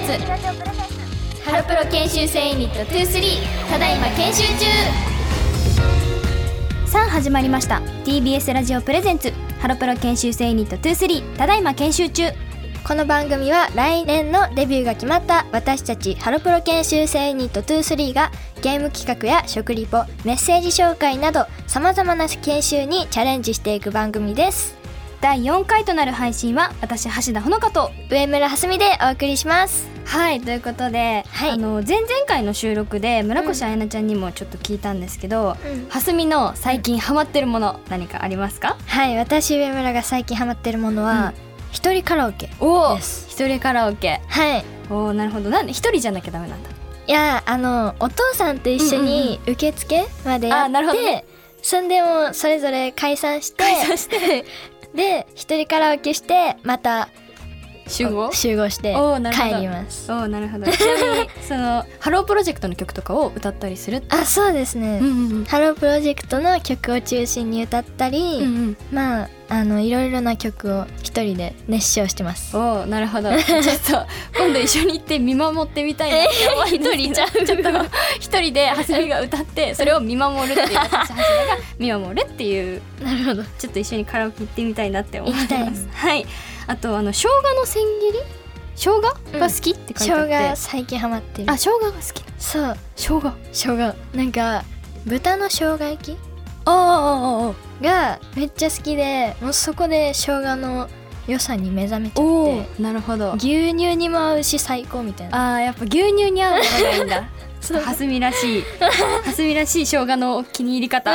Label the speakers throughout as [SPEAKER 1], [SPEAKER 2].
[SPEAKER 1] ハロプロ研修生ユニット23ただいま研修中
[SPEAKER 2] さあ始まりました TBS ラジオプレゼンツハロプロ研修生ユニット23ただいま研修中
[SPEAKER 1] この番組は来年のデビューが決まった私たちハロプロ研修生ユニット23がゲーム企画や食リポメッセージ紹介などさまざまな研修にチャレンジしていく番組です
[SPEAKER 2] 第4回となる配信は私橋田ほのかと
[SPEAKER 1] 上村はすみでお送りします
[SPEAKER 2] はいということで、
[SPEAKER 1] はい
[SPEAKER 2] あの前々回の収録で村越彩菜ちゃんにもちょっと聞いたんですけど、
[SPEAKER 1] うん
[SPEAKER 2] はすみの最近ハマってるもの何かありますか、
[SPEAKER 1] はい私上村が最近ハマってるものは、一人カラオケ
[SPEAKER 2] おお
[SPEAKER 1] です
[SPEAKER 2] 一人カラオケ
[SPEAKER 1] はい
[SPEAKER 2] おおなるほどなんで一人じゃなきゃダメなんだ
[SPEAKER 1] いやあのお父さんと一緒に受付までや
[SPEAKER 2] あ
[SPEAKER 1] って、
[SPEAKER 2] なるほどね
[SPEAKER 1] そんでもうそれぞれ解散して
[SPEAKER 2] して
[SPEAKER 1] で一人カラオケしてまた
[SPEAKER 2] 集合
[SPEAKER 1] 集合して
[SPEAKER 2] おーなるほど
[SPEAKER 1] 帰ります
[SPEAKER 2] おおなるほどちなみにそのハロープロジェクトの曲とかを歌ったりする
[SPEAKER 1] あそうですね、
[SPEAKER 2] んうん
[SPEAKER 1] ハロープロジェクトの曲を中心に歌ったり、
[SPEAKER 2] うん
[SPEAKER 1] まああのいろいろな曲を一人で熱唱してます
[SPEAKER 2] おおーなるほ どちょっと今度一緒に行って見守ってみたいな、一人ちゃちょっと一人で蓮見が歌 ってそれを見守るっていう私蓮見が見守るっていう
[SPEAKER 1] なるほど
[SPEAKER 2] ちょっと一緒にカラオケ行ってみたいなって思いま
[SPEAKER 1] 行きたいです
[SPEAKER 2] はいあとあの生姜の千切り生姜が好きって書いてあって、
[SPEAKER 1] 生姜最近ハマってる
[SPEAKER 2] あ生姜が好きな
[SPEAKER 1] そう
[SPEAKER 2] 生姜あ
[SPEAKER 1] 生姜なんか豚の生姜焼き
[SPEAKER 2] あああ
[SPEAKER 1] がめっちゃ好きでもうそこで生姜の良さに目覚めちゃ
[SPEAKER 2] おお
[SPEAKER 1] っ
[SPEAKER 2] なるほど
[SPEAKER 1] て牛乳にも合うし最高みたいな
[SPEAKER 2] あーやっぱ牛乳に合うものがいいんだ
[SPEAKER 1] そう
[SPEAKER 2] はすみらしいはすみらしい生姜の気に入り方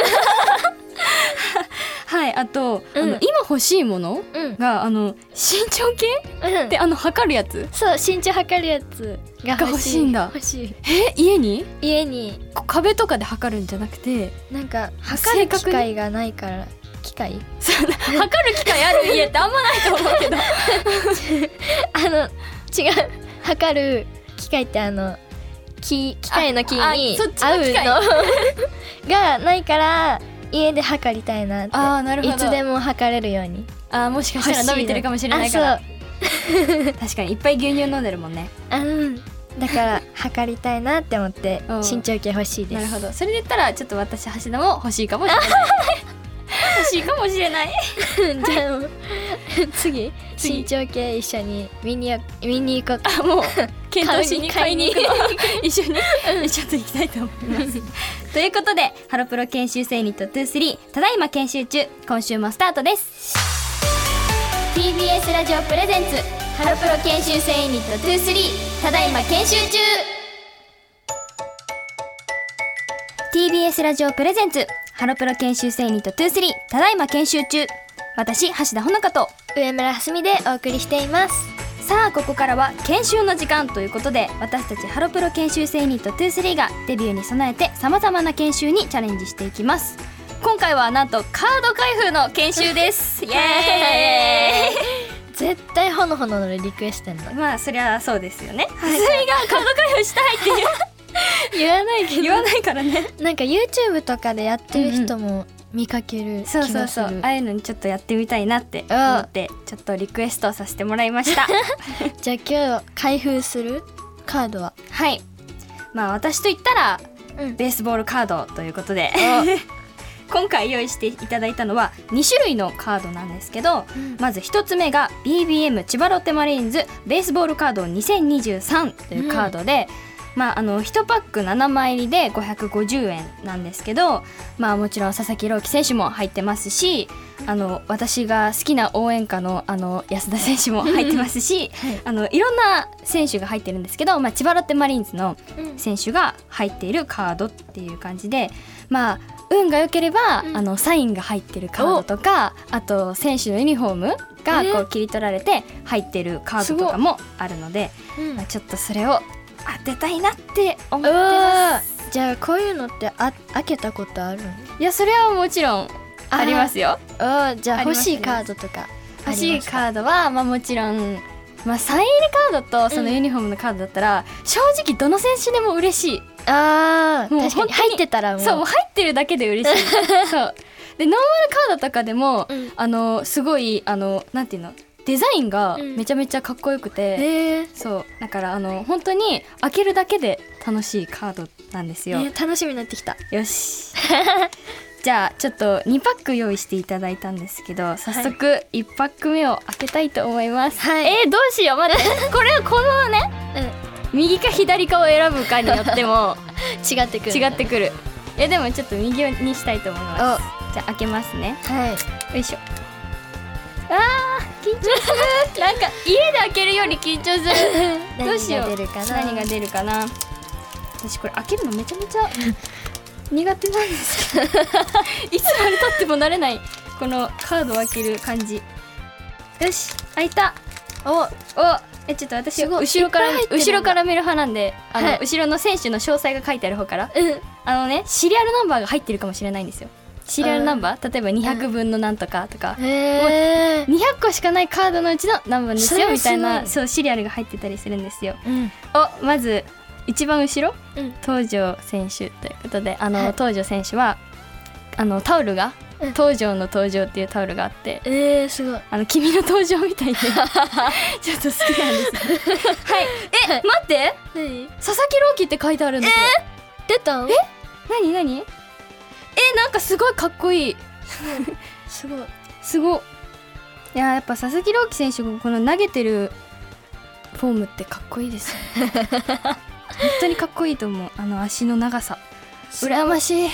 [SPEAKER 2] はいあと、あ
[SPEAKER 1] うん
[SPEAKER 2] の今欲しいもの
[SPEAKER 1] う ん、うん、
[SPEAKER 2] があの身長計ってあの測るやつ
[SPEAKER 1] そう身長測るやつが
[SPEAKER 2] が欲しいんだ
[SPEAKER 1] 欲しい
[SPEAKER 2] え家に
[SPEAKER 1] 家に
[SPEAKER 2] こ壁とかで測るんじゃなくて
[SPEAKER 1] なんか測る機
[SPEAKER 2] 正確
[SPEAKER 1] 械がないから機械
[SPEAKER 2] 測る機会ある家ってあんまないと思うけど
[SPEAKER 1] あの違う測る機械ってあの機機械のキーに
[SPEAKER 2] ああそっち
[SPEAKER 1] 合う
[SPEAKER 2] の機械
[SPEAKER 1] のがないから家で測りたいなって
[SPEAKER 2] あーなるほど
[SPEAKER 1] いつでも測れるように
[SPEAKER 2] あーもしかしたら伸びてるかもしれないか
[SPEAKER 1] あ
[SPEAKER 2] ら
[SPEAKER 1] そう
[SPEAKER 2] 確かにいっぱい牛乳飲んでるもんね
[SPEAKER 1] あうんだから測りたいなって思って
[SPEAKER 2] うん
[SPEAKER 1] 身長計欲しいで
[SPEAKER 2] な
[SPEAKER 1] す
[SPEAKER 2] るほどそれで言ったらちょっと私橋田も欲しいかもしれない欲しいかもしれない
[SPEAKER 1] じゃあもう次
[SPEAKER 2] 次
[SPEAKER 1] 身長計一緒に見によ見に行こうか
[SPEAKER 2] あもう検討しに
[SPEAKER 1] 買
[SPEAKER 2] 買
[SPEAKER 1] い
[SPEAKER 2] い
[SPEAKER 1] に
[SPEAKER 2] に行くの一緒にちょっと行きたいと思い ますということでハロプロ研修生ユニット23ただいま研修中今週もスタートです
[SPEAKER 1] TBS ラジオプレゼンツハロプロ研修生ユニット23ただいま研修中
[SPEAKER 2] TBS ラジオプレゼンツハロプロ研修生ユニット23ただいま研修中私橋田穂香と
[SPEAKER 1] 上村はすみでお送りしています
[SPEAKER 2] さあここからは研修の時間ということで私たちハロプロ研修生ユニット23がデビューに備えてさまざまな研修にチャレンジしていきます今回はなんとカード開封の研修です イエーイ
[SPEAKER 1] 絶対ほのほののリクエストだ
[SPEAKER 2] まあそりゃそうですよね。はい、がカード開封したいって言
[SPEAKER 1] 言わないけ
[SPEAKER 2] う言わないからね。
[SPEAKER 1] なんか YouTube とかでやってる人も見かける気がす
[SPEAKER 2] そ
[SPEAKER 1] る、
[SPEAKER 2] うそうそう。ああいうのにちょっとやってみたいなって思ってちょっとリクエストさせてもらいました。
[SPEAKER 1] じゃあ今日開封するカードは
[SPEAKER 2] はい。まあ私と言ったら
[SPEAKER 1] うん
[SPEAKER 2] ベースボールカードということで。 今回用意していただいたのは2種類のカードなんですけど、
[SPEAKER 1] うん
[SPEAKER 2] まず1つ目が BBM 千葉ロッテマリーンズベースボールカード2023というカードで、まあ、あの1パック7枚入りで550円なんですけど、まあ、もちろん佐々木朗希選手も入ってますしあの私が好きな応援歌のあの安田選手も入ってますし、
[SPEAKER 1] はい
[SPEAKER 2] あのいろんな選手が入ってるんですけど、まあ、千葉ロッテマリーンズの
[SPEAKER 1] うん
[SPEAKER 2] 選手が入っているカードっていう感じでまあ運が良ければ、
[SPEAKER 1] うん
[SPEAKER 2] あのサインが入ってるカードとかあと選手のユニフォームが
[SPEAKER 1] え
[SPEAKER 2] こう切り取られて入ってるカードとかもあるので、
[SPEAKER 1] うん
[SPEAKER 2] まあ、ちょっとそれを当てたいなって思ってま
[SPEAKER 1] わーじゃあこういうのってあ開けたことあるの
[SPEAKER 2] すいやそれはもちろん
[SPEAKER 1] あー
[SPEAKER 2] ありますよ
[SPEAKER 1] あじゃあ
[SPEAKER 2] ありま
[SPEAKER 1] 欲
[SPEAKER 2] す
[SPEAKER 1] しいカードとか
[SPEAKER 2] 欲しい
[SPEAKER 1] ー
[SPEAKER 2] カードは、まあ、もちろん、まあ、サイン入りカードとそのユニフォームのカードだったら、正直どの選手でも嬉しい
[SPEAKER 1] ドあー
[SPEAKER 2] もう
[SPEAKER 1] 確か
[SPEAKER 2] 本当
[SPEAKER 1] に
[SPEAKER 2] に
[SPEAKER 1] 入ってたらもう
[SPEAKER 2] そうもう入ってるだけで嬉 しいそうでノーマルカードとかでも、
[SPEAKER 1] うん
[SPEAKER 2] あのすごいあのなんていうのデザインが
[SPEAKER 1] うん
[SPEAKER 2] めちゃめちゃかっこよくて、
[SPEAKER 1] えー
[SPEAKER 2] そうだからあの本当に開けるだけで楽しいカードなんですよ、
[SPEAKER 1] ね楽しみになってきた
[SPEAKER 2] よし じゃあちょっと2パック用意していただいたんですけど早速1パック目を開けたいと思います、
[SPEAKER 1] はい
[SPEAKER 2] えーどうしよう待ってこれはこのね
[SPEAKER 1] うん
[SPEAKER 2] 右か左かを選ぶかによって も
[SPEAKER 1] 違ってくる
[SPEAKER 2] 違ってくるえでもちょっと右にしたいと思い
[SPEAKER 1] おは
[SPEAKER 2] ますじゃあ開けますね
[SPEAKER 1] い
[SPEAKER 2] よいしょあー緊張する なんか家で開けるより緊張す るどうしよう
[SPEAKER 1] 何が出るかな
[SPEAKER 2] 何が出るかな私これ開けるのめちゃめちゃ苦手なんですけど いつまでたっても慣れないこのカードを開ける感じよし開いた
[SPEAKER 1] お
[SPEAKER 2] おえちょっと私
[SPEAKER 1] すごい
[SPEAKER 2] 後ろから
[SPEAKER 1] いっぱい入ってる
[SPEAKER 2] 後ろから見る派なんであの、
[SPEAKER 1] はい
[SPEAKER 2] 後ろの選手の詳細が書いてある方から
[SPEAKER 1] うん
[SPEAKER 2] あのねシリアルナンバーが入ってるかもしれないんですよシリアルナンバー例えば200分のなんとかとか、
[SPEAKER 1] へえ
[SPEAKER 2] 200個しかないカードのうちの何番です
[SPEAKER 1] それ
[SPEAKER 2] よ
[SPEAKER 1] は
[SPEAKER 2] みたい
[SPEAKER 1] すご
[SPEAKER 2] ないそうシリアルが入ってたりするんですよ。
[SPEAKER 1] うん
[SPEAKER 2] おまず一番後ろ
[SPEAKER 1] うん
[SPEAKER 2] 東條選手ということであの、
[SPEAKER 1] はい
[SPEAKER 2] 東條選手はあのタオルが、
[SPEAKER 1] うん
[SPEAKER 2] 東條の登場っていうタオルがあって。
[SPEAKER 1] えー、すごい
[SPEAKER 2] あの君の登場み たいでちょっと好きなんです。はい。え、待って、
[SPEAKER 1] 何
[SPEAKER 2] 佐々木朗希って書いてあるんですよ。
[SPEAKER 1] 出たえ
[SPEAKER 2] なになに？え、なんかすごいかっこいい。
[SPEAKER 1] すごい
[SPEAKER 2] すごっいやーやっぱ佐々木朗希選手がこの投げてるフォームってかっこいい ですよね本当にかっこいいと思うあの足の長さ羨ましいよし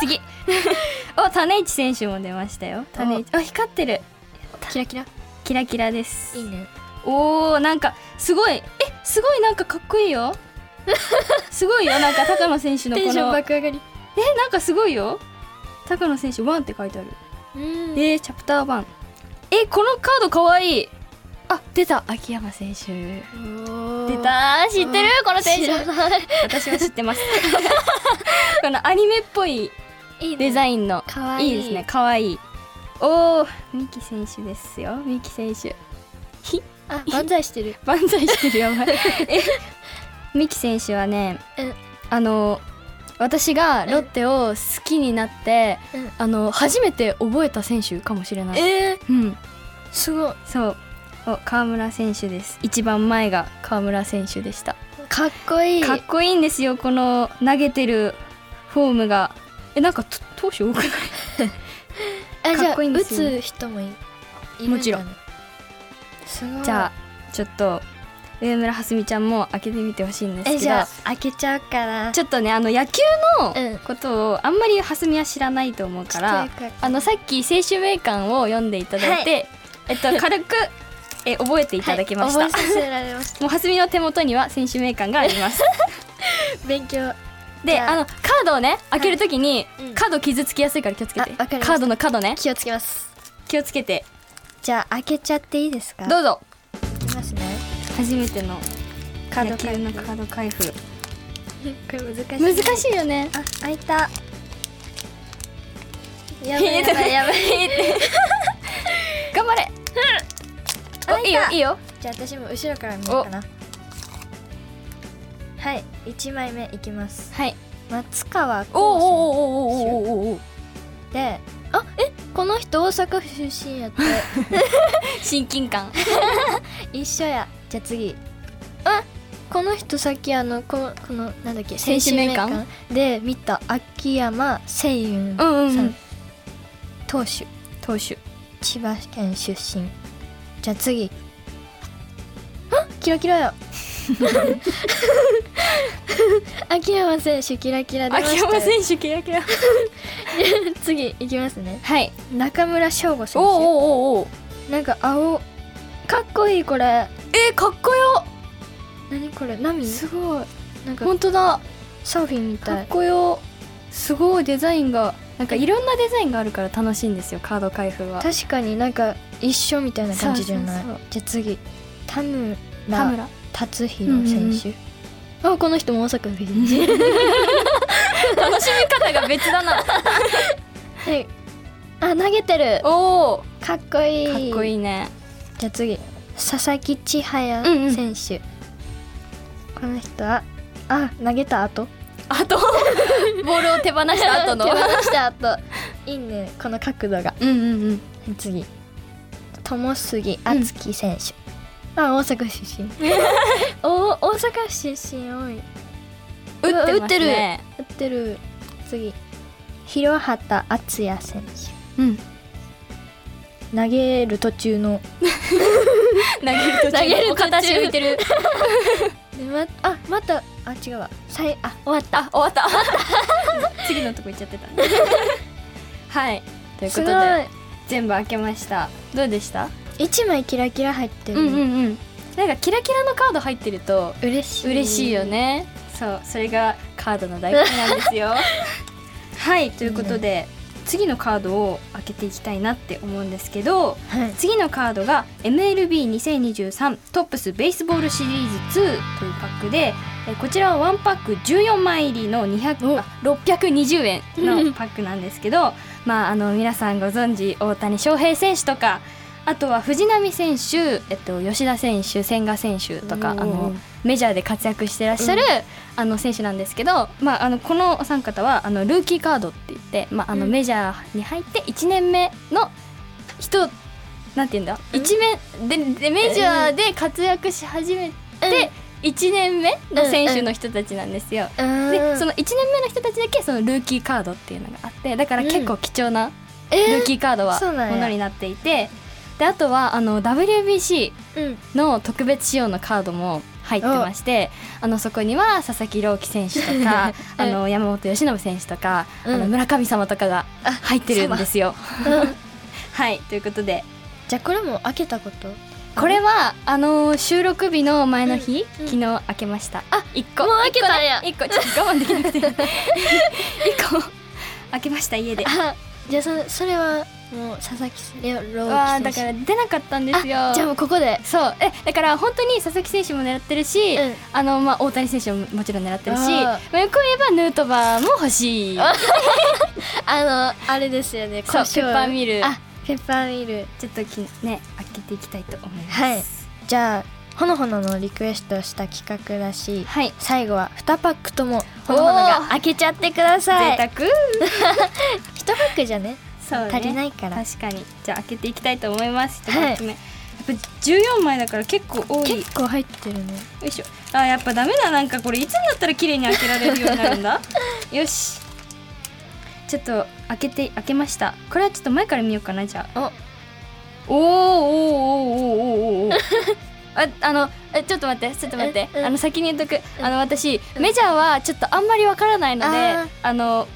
[SPEAKER 2] 次 お種市選手も出ましたよ種市あ光ってる
[SPEAKER 1] キラキラ
[SPEAKER 2] キラキラです
[SPEAKER 1] いいね
[SPEAKER 2] おーなんかすごいえすごいなんかかっこいい よすごいよなんか高野選手のこ
[SPEAKER 1] テンション
[SPEAKER 2] のえ
[SPEAKER 1] 爆上がり
[SPEAKER 2] なんかすごいよ高野選手ワンって書いてある
[SPEAKER 1] うん
[SPEAKER 2] でチャプター1えこのカードかわいいあ出た秋山選手出
[SPEAKER 1] 出
[SPEAKER 2] たー知ってるこの選
[SPEAKER 1] 知ら
[SPEAKER 2] 手
[SPEAKER 1] ない
[SPEAKER 2] 私は知ってますこのアニメっぽい
[SPEAKER 1] いい ね
[SPEAKER 2] デザインの
[SPEAKER 1] かわい
[SPEAKER 2] い
[SPEAKER 1] い
[SPEAKER 2] いですねかわいいおーミキ選手ですよミキ選手
[SPEAKER 1] あ万歳してる
[SPEAKER 2] 万歳してるよお前えミキ選手はね
[SPEAKER 1] うん
[SPEAKER 2] あの私がロッテを好きになって、
[SPEAKER 1] うん
[SPEAKER 2] あの初めて覚えた選手かもしれない、
[SPEAKER 1] えー、
[SPEAKER 2] うん、
[SPEAKER 1] すごい
[SPEAKER 2] そう。お、川村選手です。一番前が川村選手でした。
[SPEAKER 1] かっこいい
[SPEAKER 2] かっこいいんですよ。この投げてるフォームが。え、なんかと投手多くない。
[SPEAKER 1] あじゃ
[SPEAKER 2] か
[SPEAKER 1] あ
[SPEAKER 2] っこいいん
[SPEAKER 1] 打
[SPEAKER 2] ですよ
[SPEAKER 1] つ人もいいるだね
[SPEAKER 2] もちろん
[SPEAKER 1] すごい
[SPEAKER 2] じゃあちょっと上村はすみちゃんも開けてみてほしいんですけ
[SPEAKER 1] え
[SPEAKER 2] ど。
[SPEAKER 1] じゃあ開けちゃうから
[SPEAKER 2] ちょっとねあの野球
[SPEAKER 1] うん
[SPEAKER 2] のことをあんまりはすみは知らないと思うから、
[SPEAKER 1] ちょっとよく
[SPEAKER 2] あのさっき青春名鑑を読んでいただいて、えっと軽くえ覚えていただきました。
[SPEAKER 1] はい、覚えさせられまし
[SPEAKER 2] もうはすみの手元には選手名鑑があります。
[SPEAKER 1] た 勉強じ
[SPEAKER 2] で、
[SPEAKER 1] ゃあ
[SPEAKER 2] あのカードをね開けるときに、
[SPEAKER 1] うん
[SPEAKER 2] カード傷つきやすいから気をつけて。
[SPEAKER 1] あわかりました
[SPEAKER 2] カードの角ね
[SPEAKER 1] 気をつけます
[SPEAKER 2] 気をつけて。
[SPEAKER 1] じゃあ開けちゃっていいですか
[SPEAKER 2] どうぞ。
[SPEAKER 1] いきますね
[SPEAKER 2] 初めての
[SPEAKER 1] カード
[SPEAKER 2] 野
[SPEAKER 1] 開
[SPEAKER 2] 球
[SPEAKER 1] 封
[SPEAKER 2] のカード開封。
[SPEAKER 1] これ
[SPEAKER 2] 難
[SPEAKER 1] 難しい
[SPEAKER 2] しいよね。
[SPEAKER 1] あ開いたやばいやば いやばい
[SPEAKER 2] 頑張れ。おいいよいいよ。
[SPEAKER 1] じゃあ私も後ろから見ようかなはい一枚目いきます
[SPEAKER 2] はい。
[SPEAKER 1] 松川
[SPEAKER 2] おお
[SPEAKER 1] お
[SPEAKER 2] おおおおおおお。
[SPEAKER 1] であえこの人大阪府出身やって
[SPEAKER 2] 親近感。
[SPEAKER 1] 一緒やじゃあ次あこの人さっきあのこのこのなんだっけ
[SPEAKER 2] 選手名鑑
[SPEAKER 1] 選手名鑑で見た秋山誠雲さん、
[SPEAKER 2] うんうんうん
[SPEAKER 1] 投手
[SPEAKER 2] 投手。
[SPEAKER 1] 千葉県出身じゃあ次あキラキラや 秋山選手キラキラ出ました
[SPEAKER 2] 秋
[SPEAKER 1] よ
[SPEAKER 2] 山選手キラキラ。
[SPEAKER 1] 次いきますね
[SPEAKER 2] はい。
[SPEAKER 1] 中村翔吾
[SPEAKER 2] お
[SPEAKER 1] 選
[SPEAKER 2] お
[SPEAKER 1] 手
[SPEAKER 2] おおお。
[SPEAKER 1] なんか青かっこいいこれ
[SPEAKER 2] えー、かっこよ。
[SPEAKER 1] 何これ波
[SPEAKER 2] ごい。
[SPEAKER 1] なんか
[SPEAKER 2] 本当だ。
[SPEAKER 1] サーフィンみ
[SPEAKER 2] か
[SPEAKER 1] た
[SPEAKER 2] っ
[SPEAKER 1] い
[SPEAKER 2] こよ。すごいデザインがなんかいろんなデザインがあるから楽しいんですよカード開封は。
[SPEAKER 1] 確かになんか一緒みたいな感じじゃない
[SPEAKER 2] そうそう
[SPEAKER 1] じゃあ次田村
[SPEAKER 2] 田村。
[SPEAKER 1] 達弘選手、あこの人も大阪府出 身
[SPEAKER 2] 楽しみ方が別だな。
[SPEAKER 1] はいあ投げてる
[SPEAKER 2] おお。か
[SPEAKER 1] かっこいい
[SPEAKER 2] っこいいね。
[SPEAKER 1] じゃあ次佐々木千
[SPEAKER 2] う
[SPEAKER 1] 早
[SPEAKER 2] んうん
[SPEAKER 1] 選手、この人はあ投げた後
[SPEAKER 2] あとボールを手放した 後の。
[SPEAKER 1] 手放した後いいねこの角度が
[SPEAKER 2] うんうんうん。
[SPEAKER 1] 次友杉敦樹選手、あ大阪 出身お大阪出身多い打
[SPEAKER 2] 打って
[SPEAKER 1] 打
[SPEAKER 2] ます
[SPEAKER 1] ってる
[SPEAKER 2] ね
[SPEAKER 1] ってる次広畑敦也選手
[SPEAKER 2] うん
[SPEAKER 1] 投げる途中の
[SPEAKER 2] 投げる途中
[SPEAKER 1] 投げる途中
[SPEAKER 2] お片足浮いてる
[SPEAKER 1] でまあまたあ違うわさいあ
[SPEAKER 2] 終わった終わった 次のとこ行っちゃってたね はいということ
[SPEAKER 1] すごい
[SPEAKER 2] で全部開けましたどうでした
[SPEAKER 1] 一枚キラキラ入ってる、
[SPEAKER 2] んうんなんかキラキラのカード入ってると
[SPEAKER 1] 嬉しい
[SPEAKER 2] 嬉しいよねそうそれがカードの醍醐味なんです よはいということで次のカードを開けていきたいなって思うんですけど
[SPEAKER 1] はい
[SPEAKER 2] 次のカードが MLB2023 トップスベースボールシリーズ2というパックでえこちらは1パック14枚入りの200あ620円 のパックなんですけどまああの皆さんご存知大谷翔平選手とかあとは藤浪選手、えっと、吉田選手千賀選手とかあ
[SPEAKER 1] おー
[SPEAKER 2] のメジャーで活躍してらっしゃる、あの選手なんですけど、まあ、あのこのお三方はあのルーキーカードって言って、まあ、あの
[SPEAKER 1] うん
[SPEAKER 2] メジャーに入って1年目の人なんて言うんだ、
[SPEAKER 1] うん
[SPEAKER 2] 一面ででメジャーで活躍し始めて1年目の選手の人たちなんですよ。
[SPEAKER 1] うん
[SPEAKER 2] でその1年目の人たちだけそのルーキーカードっていうのがあってだから結構貴重な
[SPEAKER 1] え
[SPEAKER 2] ルー
[SPEAKER 1] ー
[SPEAKER 2] キーカードは
[SPEAKER 1] そうなんや
[SPEAKER 2] ものになっていて、であとはあの WBC
[SPEAKER 1] うん
[SPEAKER 2] の特別仕様のカードも入ってましてあのそこには佐々木朗希選手と かあの山本由伸選手とか、
[SPEAKER 1] うん
[SPEAKER 2] あの村神様とかが
[SPEAKER 1] あ
[SPEAKER 2] 入ってるんですよ。
[SPEAKER 1] うん
[SPEAKER 2] はいということで
[SPEAKER 1] じゃあこれも開けたこと
[SPEAKER 2] これはあのー収録日の前の日、
[SPEAKER 1] うんうん
[SPEAKER 2] 昨日開けましたあ一個
[SPEAKER 1] もう開けたんや
[SPEAKER 2] 一個,、ね、一個ちょっと我慢できな くて一個開けました家で
[SPEAKER 1] あじゃあそそれはもう佐々木選手ローキ選手
[SPEAKER 2] わあだから出なかったんですよ
[SPEAKER 1] あじゃあもうここで
[SPEAKER 2] そうえだから本当に佐々木選手も狙ってるし、
[SPEAKER 1] うん
[SPEAKER 2] あのまあ、大谷選手ももちろん狙ってるし
[SPEAKER 1] あー
[SPEAKER 2] まあ、よく言えばヌートバーも欲しい
[SPEAKER 1] あのあれですよね
[SPEAKER 2] そう
[SPEAKER 1] 胡椒
[SPEAKER 2] ペッパーミル
[SPEAKER 1] あペッパーミル
[SPEAKER 2] ちょっときね開けていきたいと思います
[SPEAKER 1] はいじゃあほのほののリクエストした企画だし
[SPEAKER 2] はい
[SPEAKER 1] 最後は2パックともほのほのが開けちゃってくださ
[SPEAKER 2] 贅
[SPEAKER 1] い
[SPEAKER 2] 沢
[SPEAKER 1] 1パックじゃね
[SPEAKER 2] そうね
[SPEAKER 1] 足りないから
[SPEAKER 2] 確かにじゃあ開けていきたいと思います一
[SPEAKER 1] はい
[SPEAKER 2] パック目やっぱ14枚だから結構多いよ
[SPEAKER 1] 結構入ってるね
[SPEAKER 2] いしょあーやっぱダメだなんかこれいつになったら綺麗に開けられるようになるん だよしちょっと開けて開けましたこれはちょっと前から見ようかなじゃあお おーおーおーおーおーおーおーああのえちょっと待ってちょっと待って
[SPEAKER 1] うんうん
[SPEAKER 2] あの先に言っとくあの私メジャーはちょっとあんまりわからないので
[SPEAKER 1] あー
[SPEAKER 2] あの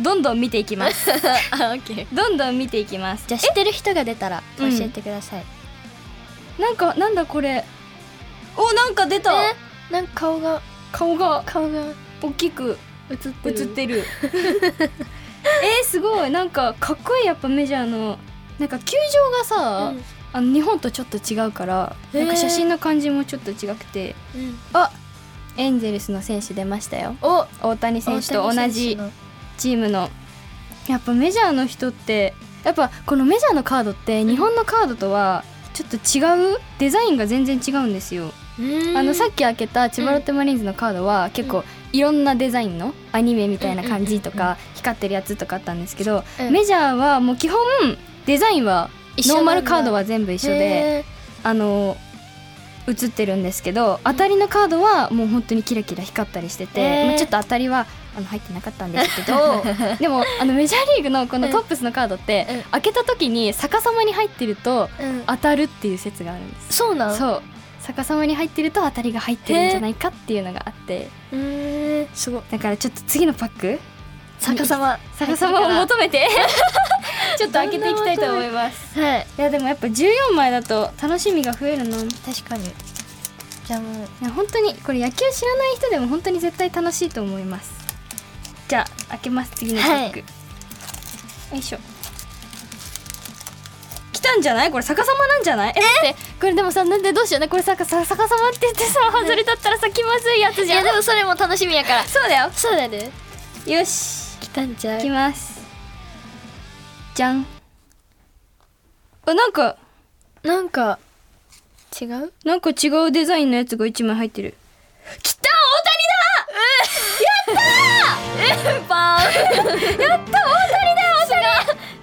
[SPEAKER 2] どんどん見ていきます
[SPEAKER 1] あオッケー
[SPEAKER 2] どんどん見ていきます
[SPEAKER 1] じゃあ知ってる人が出たら教
[SPEAKER 2] うん
[SPEAKER 1] えてください
[SPEAKER 2] なんかなんだこれおなんか出た、
[SPEAKER 1] えなんか顔が
[SPEAKER 2] 顔が
[SPEAKER 1] 顔が
[SPEAKER 2] 大きく
[SPEAKER 1] 映って
[SPEAKER 2] 映
[SPEAKER 1] る
[SPEAKER 2] ってる えー、すごいなんかかっこいいやっぱメジャーのなんか球場がさ、
[SPEAKER 1] うん
[SPEAKER 2] あの日本とちょっと違うから、
[SPEAKER 1] へー
[SPEAKER 2] なんか写真の感じもちょっと違くて
[SPEAKER 1] うん
[SPEAKER 2] あエンゼルスの選手出ましたよ
[SPEAKER 1] お
[SPEAKER 2] 大谷選手と同じ
[SPEAKER 1] 大谷選
[SPEAKER 2] チームのやっぱメジャーの人ってやっぱこのメジャーのカードって日本のカードとはちょっと違うデザインが全然違うんですよ、
[SPEAKER 1] 手の
[SPEAKER 2] あのさ
[SPEAKER 1] っ
[SPEAKER 2] っき開けた千葉ロッテマリーンズのカードは結構いろんなデザインのアニメみたいな感じと
[SPEAKER 1] うん
[SPEAKER 2] か光ってるやつとかあったんですけど、
[SPEAKER 1] うん
[SPEAKER 2] メジャーはもう基本デザインは
[SPEAKER 1] 一
[SPEAKER 2] ノー
[SPEAKER 1] 緒なんだ
[SPEAKER 2] マルカードは全部一緒であの映ってるんですけど当たりのカードはもう本当にキラキラ光ったりしてて、
[SPEAKER 1] へー
[SPEAKER 2] まあちょっと当たりはあの入ってなかったんですけ どでもあのメジャーリーグのこのトップスのカードって
[SPEAKER 1] うん
[SPEAKER 2] 開けた時に逆さまに入ってると
[SPEAKER 1] うん
[SPEAKER 2] 当たるっていう説があるんです。
[SPEAKER 1] そうなの
[SPEAKER 2] そう逆さまに入ってると当たりが入ってるんじゃないかっていうのがあって
[SPEAKER 1] うーんすごい
[SPEAKER 2] だからちょっと次のパック
[SPEAKER 1] 逆さま
[SPEAKER 2] 逆さまを求めて ちょっと開けていきたいと思います
[SPEAKER 1] はい
[SPEAKER 2] いやでもやっぱ14枚だと楽しみが増えるなね
[SPEAKER 1] 確かにじゃあもう
[SPEAKER 2] 本当にこれ野球知らない人でも本当に絶対楽しいと思いますじゃあ開けます次のパック、
[SPEAKER 1] は
[SPEAKER 2] よいしょ来たんじゃないこれ逆さまなんじゃないえってこれでもさなんでどうしようねこれささ逆さまって言ってさ外れだったらさ気まずいやつ
[SPEAKER 1] い
[SPEAKER 2] じゃ
[SPEAKER 1] や
[SPEAKER 2] ん
[SPEAKER 1] でもそれも楽しみやから
[SPEAKER 2] そうだよ
[SPEAKER 1] そうだね
[SPEAKER 2] よし
[SPEAKER 1] 来たんちゃ
[SPEAKER 2] いうきますじゃんあなんか
[SPEAKER 1] なんか違う
[SPEAKER 2] なんか違うデザインのやつが一枚入ってるきた
[SPEAKER 1] バーンやった大谷だよ大谷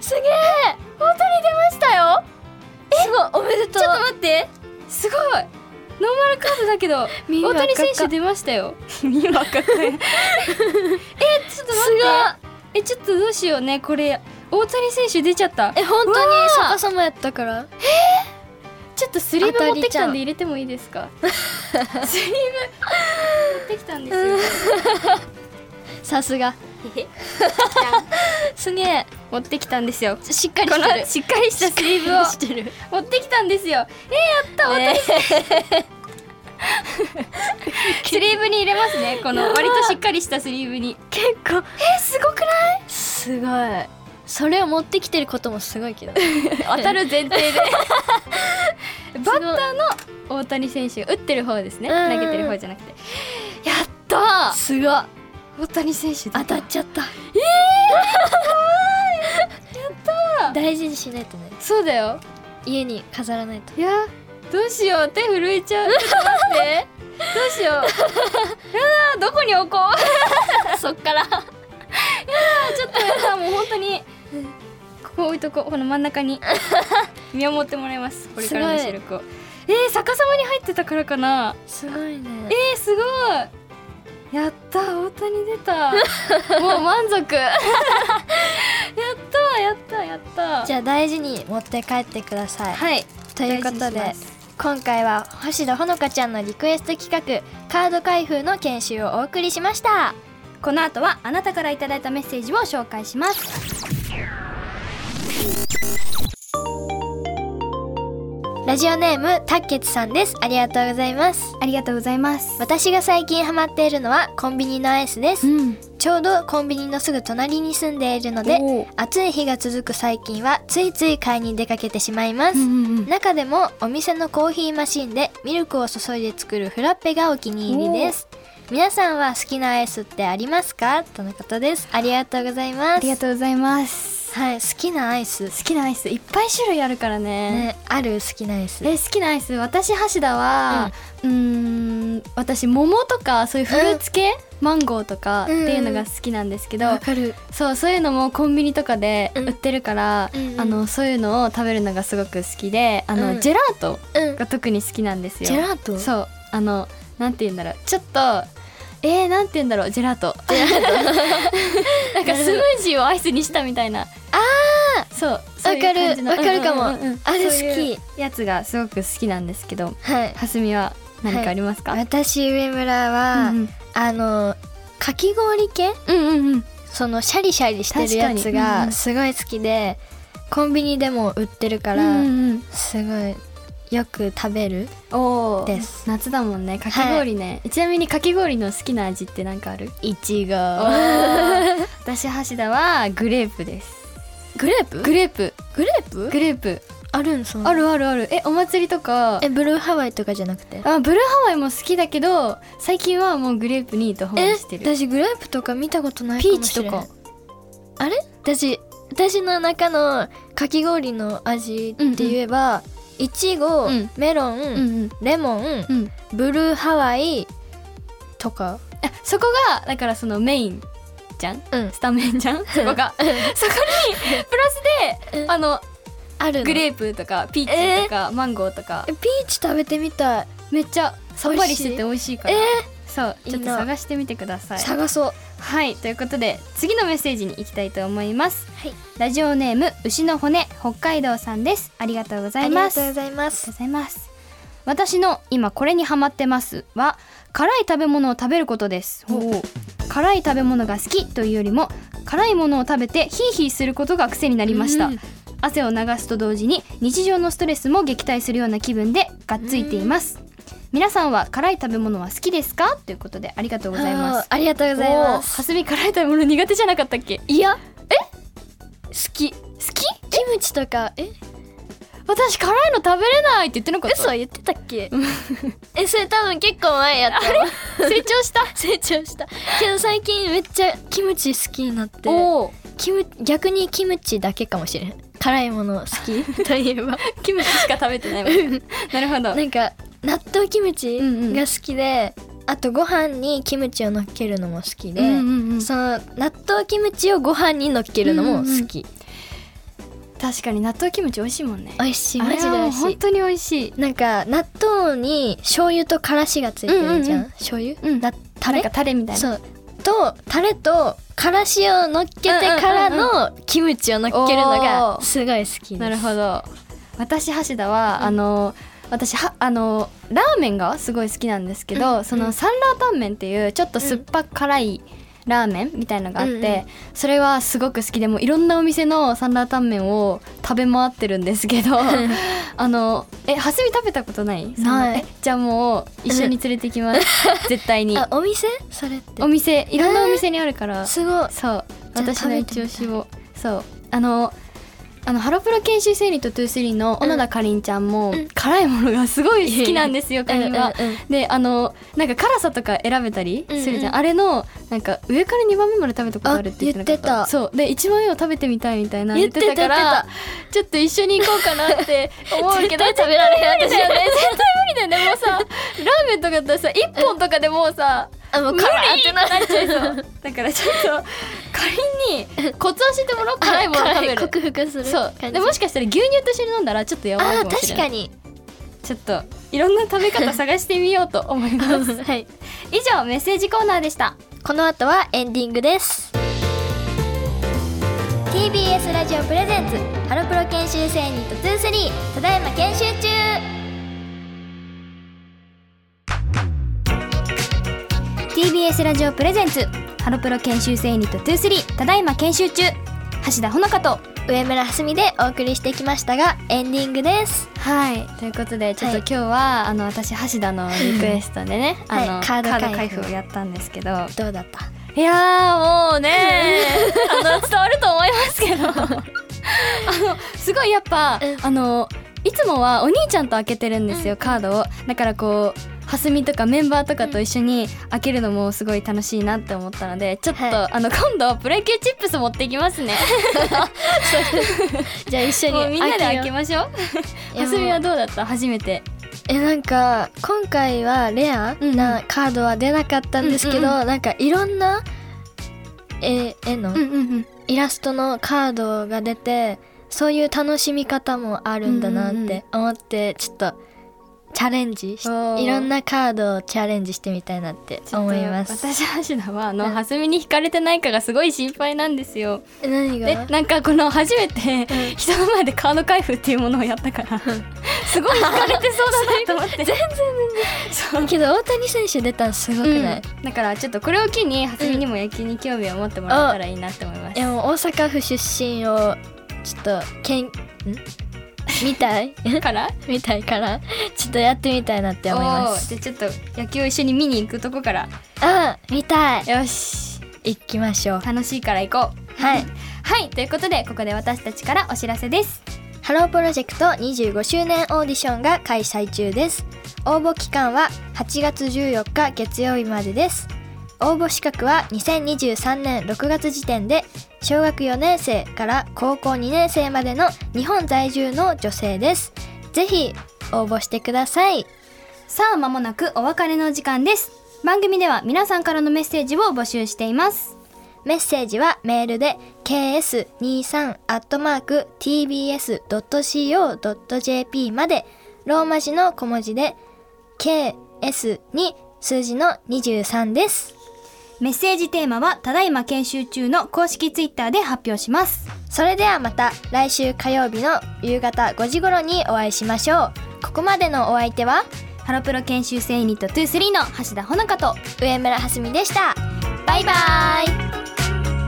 [SPEAKER 1] すげえ大谷出ましたよすご
[SPEAKER 2] だけど
[SPEAKER 1] みんな
[SPEAKER 2] 大谷選
[SPEAKER 1] 赤
[SPEAKER 2] 手
[SPEAKER 1] か
[SPEAKER 2] 出ましたよ
[SPEAKER 3] 今わかったよ
[SPEAKER 2] ちょっと待ってえちょっとどうしようねこれ大谷選手出ちゃった
[SPEAKER 1] え本当
[SPEAKER 2] うわ
[SPEAKER 1] に
[SPEAKER 2] ー
[SPEAKER 1] 逆さまやったから
[SPEAKER 2] ちょっとスリーブ持ってきたん
[SPEAKER 1] 当たりちゃん
[SPEAKER 2] で入れてもいいですかスリーブ持ってきたんです よ
[SPEAKER 1] さすがすげえ
[SPEAKER 2] 持ってきたんですよ
[SPEAKER 1] しっかり
[SPEAKER 2] こ
[SPEAKER 1] し
[SPEAKER 2] の
[SPEAKER 1] てる
[SPEAKER 2] しっかりしたスリーブを
[SPEAKER 1] してる
[SPEAKER 2] 持ってきたんですよえー、やった大谷選 手スリーブに入れますねこの割としっかりしたスリーブに
[SPEAKER 1] 結構
[SPEAKER 2] えすごくない
[SPEAKER 1] すごいそれを持ってきてることもすごいけど
[SPEAKER 2] 当たる前提で バッターの大谷選手が打ってる方ですね
[SPEAKER 1] うん
[SPEAKER 2] 投げてる方じゃなくてやったー
[SPEAKER 1] すごい
[SPEAKER 2] 大谷選手
[SPEAKER 1] 当たっちゃったええやった大事にしないとね
[SPEAKER 2] そうだよ
[SPEAKER 1] 家に飾らないと
[SPEAKER 2] いやどうしよう手震えちゃうちょっと待 ってどうしようやだどこに置こう
[SPEAKER 1] そっから
[SPEAKER 2] ちょっとやだもう本当にここ置いとこうこの真ん中 に見守ってもらいますこれからの
[SPEAKER 1] す
[SPEAKER 2] 収
[SPEAKER 1] ごい
[SPEAKER 2] 録をえー、逆さまに入ってたからかな
[SPEAKER 1] すごいね
[SPEAKER 2] えー、すごいやった大谷出 たもう満足 やったやったやった
[SPEAKER 1] じゃあ大事に持って帰ってください、
[SPEAKER 2] はい
[SPEAKER 1] ということ
[SPEAKER 2] 大事に
[SPEAKER 1] で
[SPEAKER 2] します
[SPEAKER 1] 今回は星野ほのかちゃんのリクエスト企画カード開封の研修をお送りしました
[SPEAKER 2] この後はあなたからいただいたメッセージを紹介します
[SPEAKER 1] ラジオネームたっけつさんですありがとうございます
[SPEAKER 2] ありがとうございます
[SPEAKER 1] 私が最近ハマっているのはコンビニのアイスです
[SPEAKER 2] ん
[SPEAKER 1] ちょうどコンビニのすぐ隣に住んでいるので
[SPEAKER 2] おー
[SPEAKER 1] 暑い日が続く最近はついつい買いに出かけてしまいます、中でもお店のコーヒーマシンでミルクを注いで作るフラッペがお気に入りです皆さんは好きなアイスってありますかとのことですありがとうございます
[SPEAKER 2] ありがとうございます
[SPEAKER 1] はい好きなアイス
[SPEAKER 2] 好きなアイスいっぱい種類あるからね
[SPEAKER 1] ねある好きなアイス
[SPEAKER 2] え好きなアイス私橋田はうんん私桃とかそういうフルーツ系、マンゴーとかっていうのが好きなんですけど、
[SPEAKER 1] かる
[SPEAKER 2] そうそういうのもコンビニとかで売ってるから、
[SPEAKER 1] うんうん
[SPEAKER 2] あのそういうのを食べるのがすごく好きであの、
[SPEAKER 1] うん
[SPEAKER 2] ジェラート
[SPEAKER 1] うん
[SPEAKER 2] が特に好きなんですよ。
[SPEAKER 1] ジェラート
[SPEAKER 2] そうあのなんて言うんだろうちょっとえー、なんて言うんだろうジェラート なんかスムージーをアイスにしたみたいなああそうそういう感じの
[SPEAKER 1] わかるわかるかもあれ好き
[SPEAKER 2] そういうやつがすごく好きなんですけど
[SPEAKER 1] はい
[SPEAKER 2] はすみは何かありますか、
[SPEAKER 1] 私上村は、
[SPEAKER 2] うん
[SPEAKER 1] あのかき氷系
[SPEAKER 2] うん、うんうんうん
[SPEAKER 1] そのシャリシャリしてるや
[SPEAKER 2] 確か
[SPEAKER 1] つ
[SPEAKER 2] にうんう
[SPEAKER 1] が
[SPEAKER 2] ん
[SPEAKER 1] すごい好きで、コンビニでも売ってるか
[SPEAKER 2] う
[SPEAKER 1] ら、
[SPEAKER 2] んうんうん
[SPEAKER 1] すごいよく食べる
[SPEAKER 2] おー
[SPEAKER 1] です
[SPEAKER 2] 夏だもんねかき氷ね、ちなみにかき氷の好きな味って何かある
[SPEAKER 1] いちご
[SPEAKER 2] 私橋田はグレープです
[SPEAKER 1] グレープ
[SPEAKER 2] グレープ
[SPEAKER 1] グレープ
[SPEAKER 2] グレープ
[SPEAKER 1] あるんその
[SPEAKER 2] あるあるあるえお祭りとか
[SPEAKER 1] えブルーハワイとかじゃなくて
[SPEAKER 2] あブルーハワイも好きだけど最近はもうグレープにドハマりしてる
[SPEAKER 1] 私グレープとか見たことない
[SPEAKER 2] ピ
[SPEAKER 1] か
[SPEAKER 2] ー
[SPEAKER 1] も
[SPEAKER 2] チ
[SPEAKER 1] しれ
[SPEAKER 2] と
[SPEAKER 1] ない
[SPEAKER 2] か
[SPEAKER 1] あれ私私の中のかき氷の味って言えば、いちご、
[SPEAKER 2] うん
[SPEAKER 1] メロ
[SPEAKER 2] う
[SPEAKER 1] ン、
[SPEAKER 2] んうん
[SPEAKER 1] レモン、
[SPEAKER 2] うん
[SPEAKER 1] ブルーハワイとか
[SPEAKER 2] あそこがだからそのメインじゃん
[SPEAKER 1] うん
[SPEAKER 2] スタメンじゃんそこがそこにプラスで
[SPEAKER 1] うん
[SPEAKER 2] あの
[SPEAKER 1] あるの
[SPEAKER 2] グレープとかピーチとかマンゴーとか
[SPEAKER 1] えピーチ食べてみたい
[SPEAKER 2] めっちゃさっぱりしてて美味しいから
[SPEAKER 1] 美味
[SPEAKER 2] そう
[SPEAKER 1] いい
[SPEAKER 2] ちょ
[SPEAKER 1] な
[SPEAKER 2] っと探してみてください
[SPEAKER 1] 探そう
[SPEAKER 2] はいということで次のメッセージに行きたいと思います
[SPEAKER 1] はい
[SPEAKER 2] ラジオネーム牛の骨北海道さんですありがとうござ
[SPEAKER 1] あ
[SPEAKER 2] い
[SPEAKER 1] りが
[SPEAKER 2] ま
[SPEAKER 1] とうご
[SPEAKER 2] す
[SPEAKER 1] ざいま
[SPEAKER 2] ありがとう
[SPEAKER 1] す
[SPEAKER 2] ございます私の今これにハマってますは辛い食べ物を食べることです辛い食べ物が好きというよりも辛いものを食べてヒーヒーすることが癖になりました、
[SPEAKER 1] うん
[SPEAKER 2] 汗を流すと同時に日常のストレスも撃退するような気分でがっついています、皆さんは辛い食べ物は好きですかということでありがとうございま
[SPEAKER 1] あー
[SPEAKER 2] す
[SPEAKER 1] ありがとうございます
[SPEAKER 2] おーはすみ辛い食べ物苦手じゃなかったっけ
[SPEAKER 1] いや
[SPEAKER 2] 好き好き
[SPEAKER 1] キムチとかえ
[SPEAKER 2] 私辛いの食べれないって言ってなかった
[SPEAKER 1] 嘘言ってたっけえそれ多分結構前やった
[SPEAKER 2] 成長した
[SPEAKER 1] 成長したけど最近めっちゃキムチ好きになって
[SPEAKER 2] おお
[SPEAKER 1] キム逆にキムチだけかもしれん辛いもの好き といえば
[SPEAKER 2] キムチしか食べてないもんね なるほど
[SPEAKER 1] なんか納豆キムチ
[SPEAKER 2] うんうん
[SPEAKER 1] が好きで、あとご飯にキムチをのっけるのも好きで、
[SPEAKER 2] うんうんうん
[SPEAKER 1] その納豆キムチをご飯にのっけるのも好き、
[SPEAKER 2] 確かに納豆キムチ美味しいもんね
[SPEAKER 1] 美味しい
[SPEAKER 2] あ
[SPEAKER 1] マ
[SPEAKER 2] れ
[SPEAKER 1] ジで
[SPEAKER 2] は
[SPEAKER 1] 美
[SPEAKER 2] もう
[SPEAKER 1] 味し
[SPEAKER 2] 本
[SPEAKER 1] い
[SPEAKER 2] 当に美味しい
[SPEAKER 1] なんか納豆に醤油とからしがついてるじゃん、
[SPEAKER 2] うんうんう
[SPEAKER 1] 醤油、
[SPEAKER 2] うん
[SPEAKER 1] なタレ
[SPEAKER 2] なんかタレみたいな
[SPEAKER 1] そうとタレとからしを乗っけてからのキムチを乗っけるのが
[SPEAKER 2] おー
[SPEAKER 1] すごい好きです
[SPEAKER 2] なる ほど私橋田は、
[SPEAKER 1] うん
[SPEAKER 2] あの私はあのラーメンがすごい好きなんですけど、
[SPEAKER 1] うん
[SPEAKER 2] そうの
[SPEAKER 1] ん
[SPEAKER 2] サンラータンメンっていうちょっと酸っぱ辛いラーメンみたいのがあって、
[SPEAKER 1] うんうん
[SPEAKER 2] それはすごく好きでもういろんなお店のサンラータンメンを食べ回ってるんですけど あのえはすみ食べたことないそん
[SPEAKER 1] ない
[SPEAKER 2] えじゃあもう一緒に連れてきます、 絶対に
[SPEAKER 1] あお店それって
[SPEAKER 2] お店いろんなお店にあるから、
[SPEAKER 1] すご
[SPEAKER 2] そ
[SPEAKER 1] い
[SPEAKER 2] う
[SPEAKER 1] じゃあ
[SPEAKER 2] 私の一押
[SPEAKER 1] 食べて
[SPEAKER 2] し
[SPEAKER 1] み
[SPEAKER 2] をそうあのあのハロプロ研修生理と23の小野田かりんちゃんも、
[SPEAKER 1] うん
[SPEAKER 2] 辛いものがすごい好きなん ですよかりんは。
[SPEAKER 1] うんうんうん
[SPEAKER 2] であのなんか辛さとか選べたりするじゃん、
[SPEAKER 1] うんうん
[SPEAKER 2] あれのなんか上から2番目まで食べたことあるって言ってなかった
[SPEAKER 1] あ言ってた
[SPEAKER 2] そうで1番目を食べてみたいみたいな
[SPEAKER 1] 言ってた
[SPEAKER 2] か
[SPEAKER 1] 言っ
[SPEAKER 2] らちょっと一緒に行こうかなって思うけど 絶対
[SPEAKER 1] られない
[SPEAKER 2] 無理だよね絶対無理だよねもうさラーメンとかだったらさ1本とかでもうさ、
[SPEAKER 1] あもう
[SPEAKER 2] 無理
[SPEAKER 1] 辛いってな
[SPEAKER 2] なっちゃいそうだからちょっと仮にコツを教えてもらおう辛いものを食べ
[SPEAKER 1] 辛い
[SPEAKER 2] る
[SPEAKER 1] 克服する
[SPEAKER 2] そう
[SPEAKER 1] 感じ
[SPEAKER 2] でもしかしたら牛乳と一緒に飲んだらちょっとやばい
[SPEAKER 1] あ
[SPEAKER 2] か
[SPEAKER 1] ー
[SPEAKER 2] もし
[SPEAKER 1] 確
[SPEAKER 2] れな
[SPEAKER 1] か
[SPEAKER 2] い
[SPEAKER 1] に
[SPEAKER 2] ちょっといろんな食べ方探してみようと思います
[SPEAKER 1] はい
[SPEAKER 2] 以上メッセージコーナーでした
[SPEAKER 1] この後はエンディングです TBS ラジオプレゼンツハロプロ研修生ニット23ただいま研修中
[SPEAKER 2] ー TBS ラジオプレゼンツハロプロ研修生ユニット23ただいま研修中橋田ほのかと
[SPEAKER 1] 上村はすみでお送りしてきましたがエンディングです
[SPEAKER 2] はいということでちょっと
[SPEAKER 1] はい
[SPEAKER 2] 今日は、あの私橋田のリクエストでね、
[SPEAKER 1] はい
[SPEAKER 2] あの
[SPEAKER 1] カード開封
[SPEAKER 2] をやったんですけど
[SPEAKER 1] どうだった
[SPEAKER 2] いやーもうねあの伝わると思いますけ どあのすごいやっぱ、
[SPEAKER 1] うん
[SPEAKER 2] あのいつもはお兄ちゃんと開けてるんですよ、カードをだからこうはすみとかメンバーとかと一緒に開けるのもすごい楽しいなって思ったのでちょっと、
[SPEAKER 1] は
[SPEAKER 2] あの今度はプロ野球チップス持ってきます ね
[SPEAKER 1] じゃあ一緒
[SPEAKER 2] もうみ
[SPEAKER 1] に
[SPEAKER 2] んなで開け
[SPEAKER 1] ま
[SPEAKER 2] ましょう
[SPEAKER 1] いや
[SPEAKER 2] はすみはどうだった初めて
[SPEAKER 1] えなんか今回はレア
[SPEAKER 2] うんうん
[SPEAKER 1] なカードは出なかったんですけど、
[SPEAKER 2] うんうん
[SPEAKER 1] なんかいろんな絵絵の
[SPEAKER 2] うんうんうん
[SPEAKER 1] イラストのカードが出てそういう楽しみ方もあるんだな
[SPEAKER 2] うん
[SPEAKER 1] っ
[SPEAKER 2] うんうん
[SPEAKER 1] て思ってちょっとチャレンジし
[SPEAKER 2] おー
[SPEAKER 1] いろんなカードをチャレンジしてみたいなって思います
[SPEAKER 2] 私橋田はあ
[SPEAKER 1] う
[SPEAKER 2] の
[SPEAKER 1] ん
[SPEAKER 2] はすみに惹かれてないかがすごい心配なんですよ
[SPEAKER 1] え何
[SPEAKER 2] で
[SPEAKER 1] が
[SPEAKER 2] なんかこの初めて
[SPEAKER 1] うん
[SPEAKER 2] 人の前でカード開封っていうものをやったからすごい惹かれてそうだなと思っ て全然全然
[SPEAKER 1] けど大谷選手出たのすごくない、
[SPEAKER 2] そう、うん、だからちょっとこれを機にはすみにも野球に興味を持ってもらったらいいなって思います
[SPEAKER 1] いやもう大阪府出身をちょっとけんんみたい
[SPEAKER 2] から
[SPEAKER 1] みたいからちょっとやってみたいなって思います
[SPEAKER 2] おーじゃあちょっと野球を一緒に見に行くとこから
[SPEAKER 1] うん見たい
[SPEAKER 2] よし
[SPEAKER 1] 行きましょう
[SPEAKER 2] 楽しいから行こう
[SPEAKER 1] はい
[SPEAKER 2] はいということでここで私たちからお知らせです
[SPEAKER 1] ハロープロジェクト25周年オーディションが開催中です。応募期間は8月14日月曜日までです。応募資格は2023年6月時点で小学4年生から高校2年生までの日本在住の女性です。ぜひ応募してください。
[SPEAKER 2] さあ間もなくお別れの時間です番組では皆さんからのメッセージを募集しています
[SPEAKER 1] メッセージはメールで ks23-tbs.co.jp までローマ字の小文字で ks に数字の23です。
[SPEAKER 2] メッセージテーマはただいま研修中の公式ツイッターで発表します
[SPEAKER 1] それではまた来週火曜日の夕方5時頃にお会いしましょう。ここまでのお相手は
[SPEAKER 2] ハロプロ研修生ユニット23の橋田穂香と
[SPEAKER 1] 上村はすみでした。バイバイ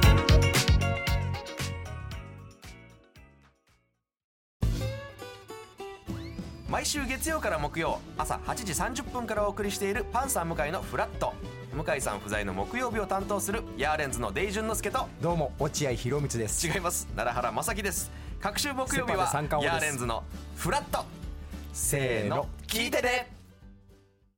[SPEAKER 3] 毎週月曜から木曜朝8時30分からお送りしているパンサー向井のフラット向井さん不在の木曜日を担当するヤーレンズのデイジュンの之介と
[SPEAKER 4] どうも落合博満です
[SPEAKER 3] 違います奈良原正樹です各週木曜日は
[SPEAKER 4] セパで三冠王
[SPEAKER 3] ヤー
[SPEAKER 4] です
[SPEAKER 3] レンズのフラット
[SPEAKER 4] せ
[SPEAKER 3] せー
[SPEAKER 4] ー
[SPEAKER 3] の
[SPEAKER 4] の
[SPEAKER 3] 聞いてね